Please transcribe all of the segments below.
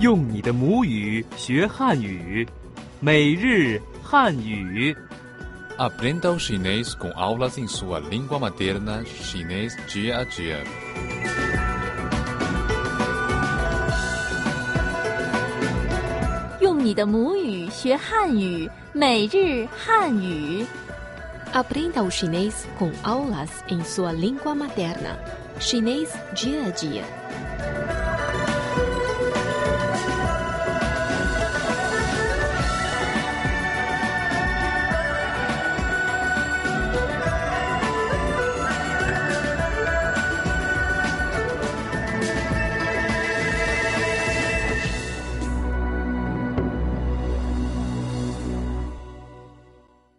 用你的母语学汉语，每日汉语。 Aprenda o chinês com aulas em sua língua materna, chinês dia a dia. 用你的母语学汉语，每日汉语。 Aprenda o chinês com aulas em sua língua materna, chinês dia a dia.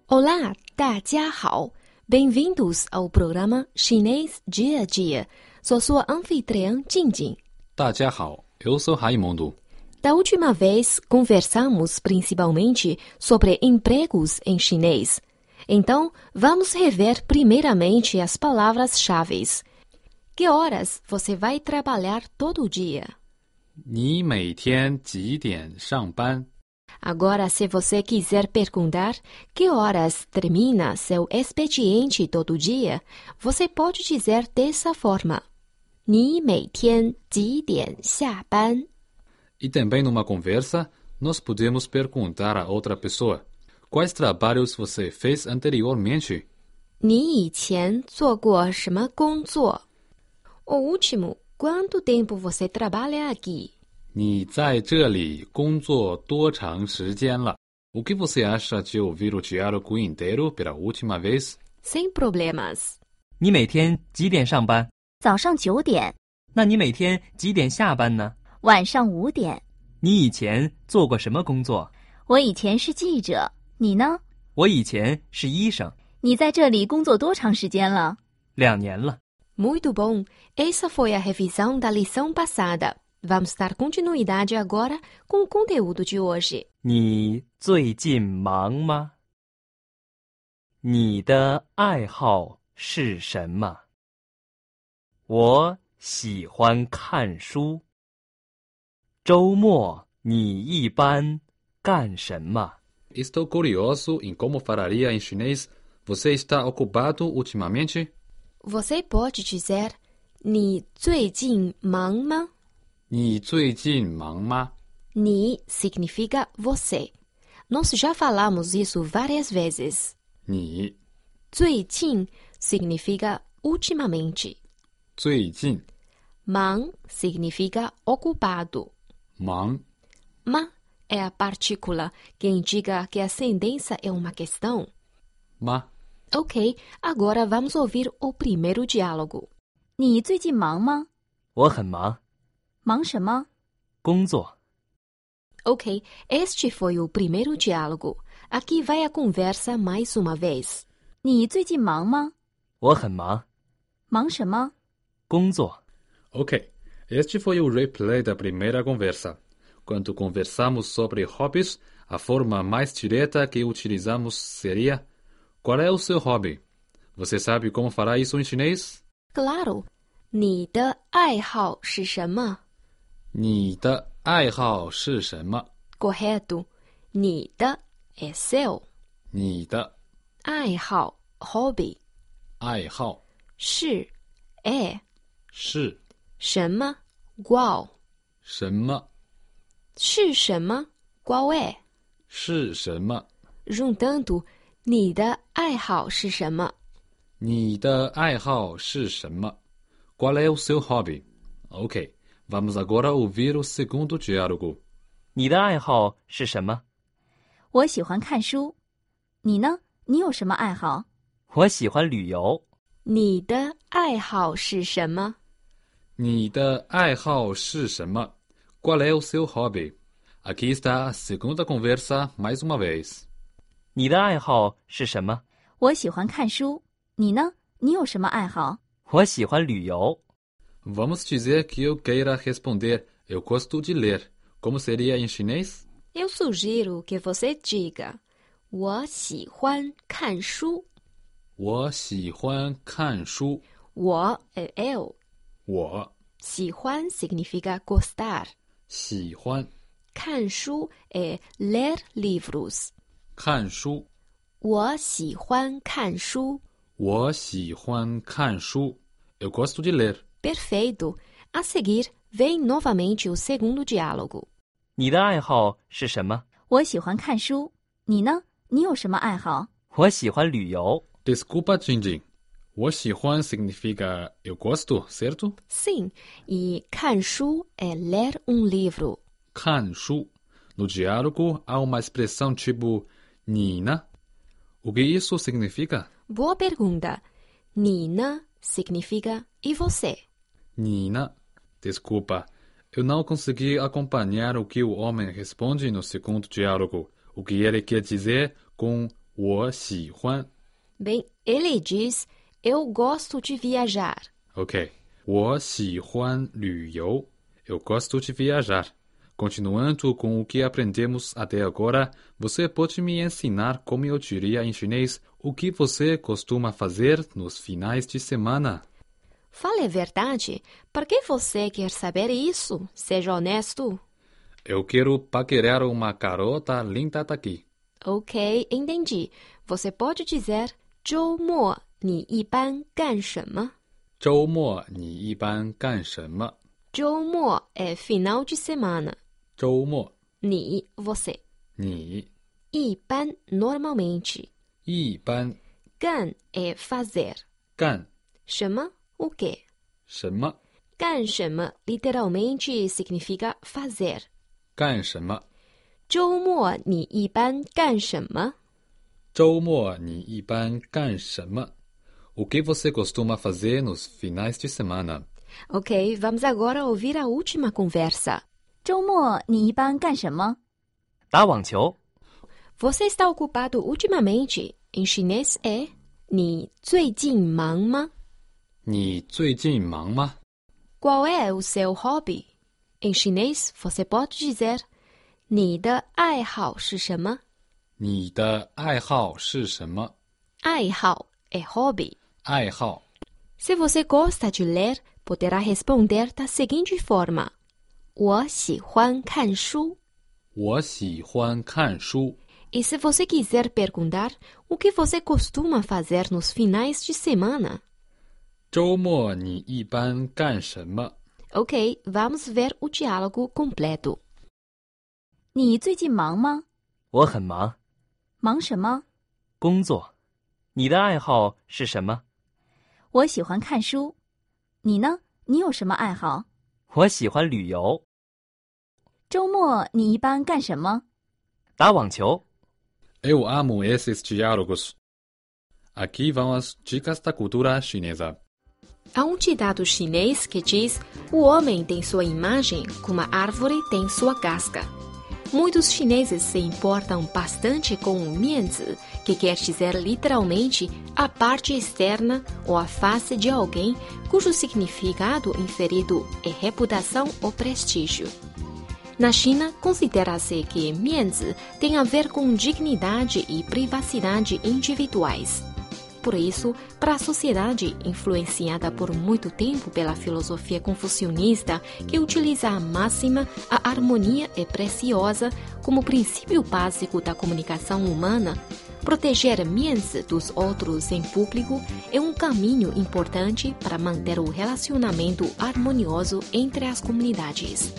欧拉，大家好，Bem-vindos ao programa Chinês Dia a Dia。Sou sua anfitriã Jinjin。大家好，eu sou Raimundo。 Da última vez conversamos principalmente sobre empregos em chinês. Então, vamos rever primeiramente as palavras-chave. Que horas você vai trabalhar todo dia? 你每天几点上班？ Agora, se você quiser perguntar que horas termina seu expediente todo dia, você pode dizer dessa forma: 你每天几点下班？ E também numa conversa, nós podemos perguntar a outra pessoa: Quais trabalhos você fez anteriormente? 你以前做过什么工作？O último, quanto tempo você trabalha aqui? 你在这里工作多长时间了？O que você acha de ouvir o diálogo inteiro pela última vez? Sem problemas. 你每天几点上班？早上九点，那你每天几点下班呢？晚上五点。你以前做过什么工作？我以前是记者，你呢？我以前是医生，你在这里工作多长时间了？两年了。 Muito bom! Essa foi a revisão da lição passada. Vamos dar continuidade agora com o conteúdo de hoje. 你最近忙吗？你的爱好是什么？我喜欢看书。周末你一般干什么？ Estou curioso em como falaria em chinês. Você está ocupado ultimamente? Você pode dizer 你最近忙吗？你最近忙吗？你 significa você. Nós já falamos isso várias vezes. 你最近 significa ultimamente. 最近 Mang significa ocupado. 忙 Ma é a partícula que indica que a ascendência é uma questão. 吗？ Ok, agora vamos ouvir o primeiro diálogo. 你最近忙吗？我很忙，忙什么？工作。 Ok, este foi o primeiro diálogo. Aqui vai a conversa mais uma vez. 你最近忙吗？我很忙，忙什么？工作。 Ok, este foi o replay da primeira conversa. Quando conversamos sobre hobbies, a forma mais direta que utilizamos seria: Qual é o seu hobby? Você sabe como falar isso em chinês? Claro, 你的爱好是什么你的爱好是什么？ ？Correto. 你的 é seu 你的爱好 hobby 爱好是 é 是哎什么 qual 什么？是什么 qual é 是什么？ juntando 你的爱好是什么？你的爱好是什么？Qual é o seu hobby? Ok, vamos agora ouvir o segundo diálogo. 你的爱好是什么？我喜欢看书，你呢？你有什么爱好？我喜欢旅游。你的爱好是什么？你的爱好是什么？Qual é o seu hobby? Aqui está a segunda conversa mais uma vez. 你的爱好是什么？我喜欢看书，你呢？你有什么爱好？我喜欢旅游。 Vamos dizer que eu queira responder eu gosto de ler. Como seria em chinês? Eu sugiro que você diga: 我喜欢看书。我喜欢看书。我 é eu，我喜欢 significa gostar。喜欢 Kanshu é ler livros. 看书，我喜欢看书。我喜欢看书。Eu gosto de ler. Perfeito. A seguir, vem novamente o segundo diálogo. 你的爱好是什么？我喜欢看书，你呢？你有什么爱好？我喜欢旅游。 Desculpa, Jinjin. 我喜欢 significa eu gosto, certo? Sim, e Kanshu é ler um livro. 看书. No diálogo há uma expressão tipo Nina. O que isso significa? Boa pergunta. Nina significa e você? Nina. Desculpa, eu não consegui acompanhar o que o homem responde no segundo diálogo. O que ele quer dizer com 我喜欢 Bem, ele diz: Eu gosto de viajar. Ok. 我喜欢旅游. Eu gosto de viajar. Continuando com o que aprendemos até agora, você pode me ensinar como eu diria em chinês o que você costuma fazer nos finais de semana. Fale a verdade. Por que você quer saber isso? Seja honesto. Eu quero paquerar uma garota linda daqui. Ok, entendi. Você pode dizer: 周末你一般干什么？周末你一般干什么？周末 é final de semana. 周末 Ni, você. 你 Iban, normalmente. 一般 Gan é fazer. 干 Chama o quê? 什么？ Gan chama literalmente significa fazer. 干什么？周末你一般干什么？周末你一般干什么？O que você costuma fazer nos finais de semana? Ok, vamos agora ouvir a última conversa. 周末你一般干什么？打网球， Você está ocupado ultimamente? Em chinês é 你最近忙吗？你最近忙吗？ Qual é o seu hobby? Em chinês, você pode dizer 你的爱好是什么？你的爱好是什么？爱好 é hobby. 爱好 Se você gosta de ler, poderá responder da seguinte forma: 我喜欢看书。我喜欢看书。 E se você quiser perguntar o que você costuma fazer nos finais de semana, 周末你一般干什么？ ok, vamos ver o diálogo completo. 你最近忙吗？我很忙，忙什么？工作。你的爱好是什么？我喜欢看书，你呢？你有什么爱好？我喜欢旅游，周末你一般干什么？打网球。 Eu amo esses diálogos. Aqui vão as dicas da cultura chinesa. Há um ditado chinês que diz: o homem tem sua imagem como a árvore tem sua casca. Muitos chineses se importam bastante com o mianzi, que quer dizer literalmente a parte externa ou a face de alguém, cujo significado inferido é reputação ou prestígio. Na China, considera-se que mianzi tem a ver com dignidade e privacidade individuais. Por isso, para a sociedade influenciada por muito tempo pela filosofia confucionista, que utiliza a máxima a harmonia é preciosa como princípio básico da comunicação humana, proteger miense dos outros em público é um caminho importante para manter o relacionamento harmonioso entre as comunidades.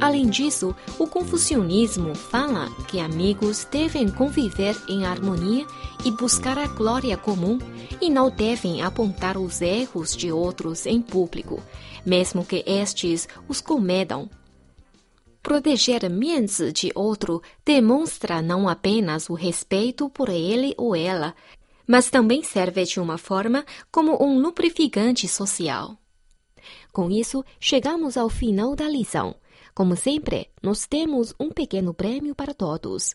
Além disso, o confucionismo fala que amigos devem conviver em harmonia e buscar a glória comum e não devem apontar os erros de outros em público, mesmo que estes os cometam. Proteger mienzi de outro demonstra não apenas o respeito por ele ou ela, mas também serve de uma forma como um lubrificante social. Com isso, chegamos ao final da lição. Como sempre, nós temos um pequeno prêmio para todos.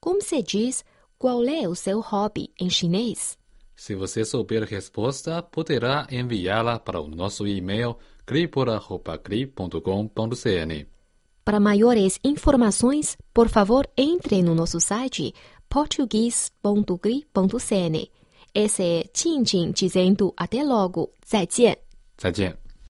Como se diz qual é o seu hobby em chinês? Se você souber a resposta, poderá enviá-la para o nosso e-mail cri.com.cn. Para maiores informações, por favor, entre no nosso site português.gri.cn. Esse é Tintin dizendo até logo, 再见.再见。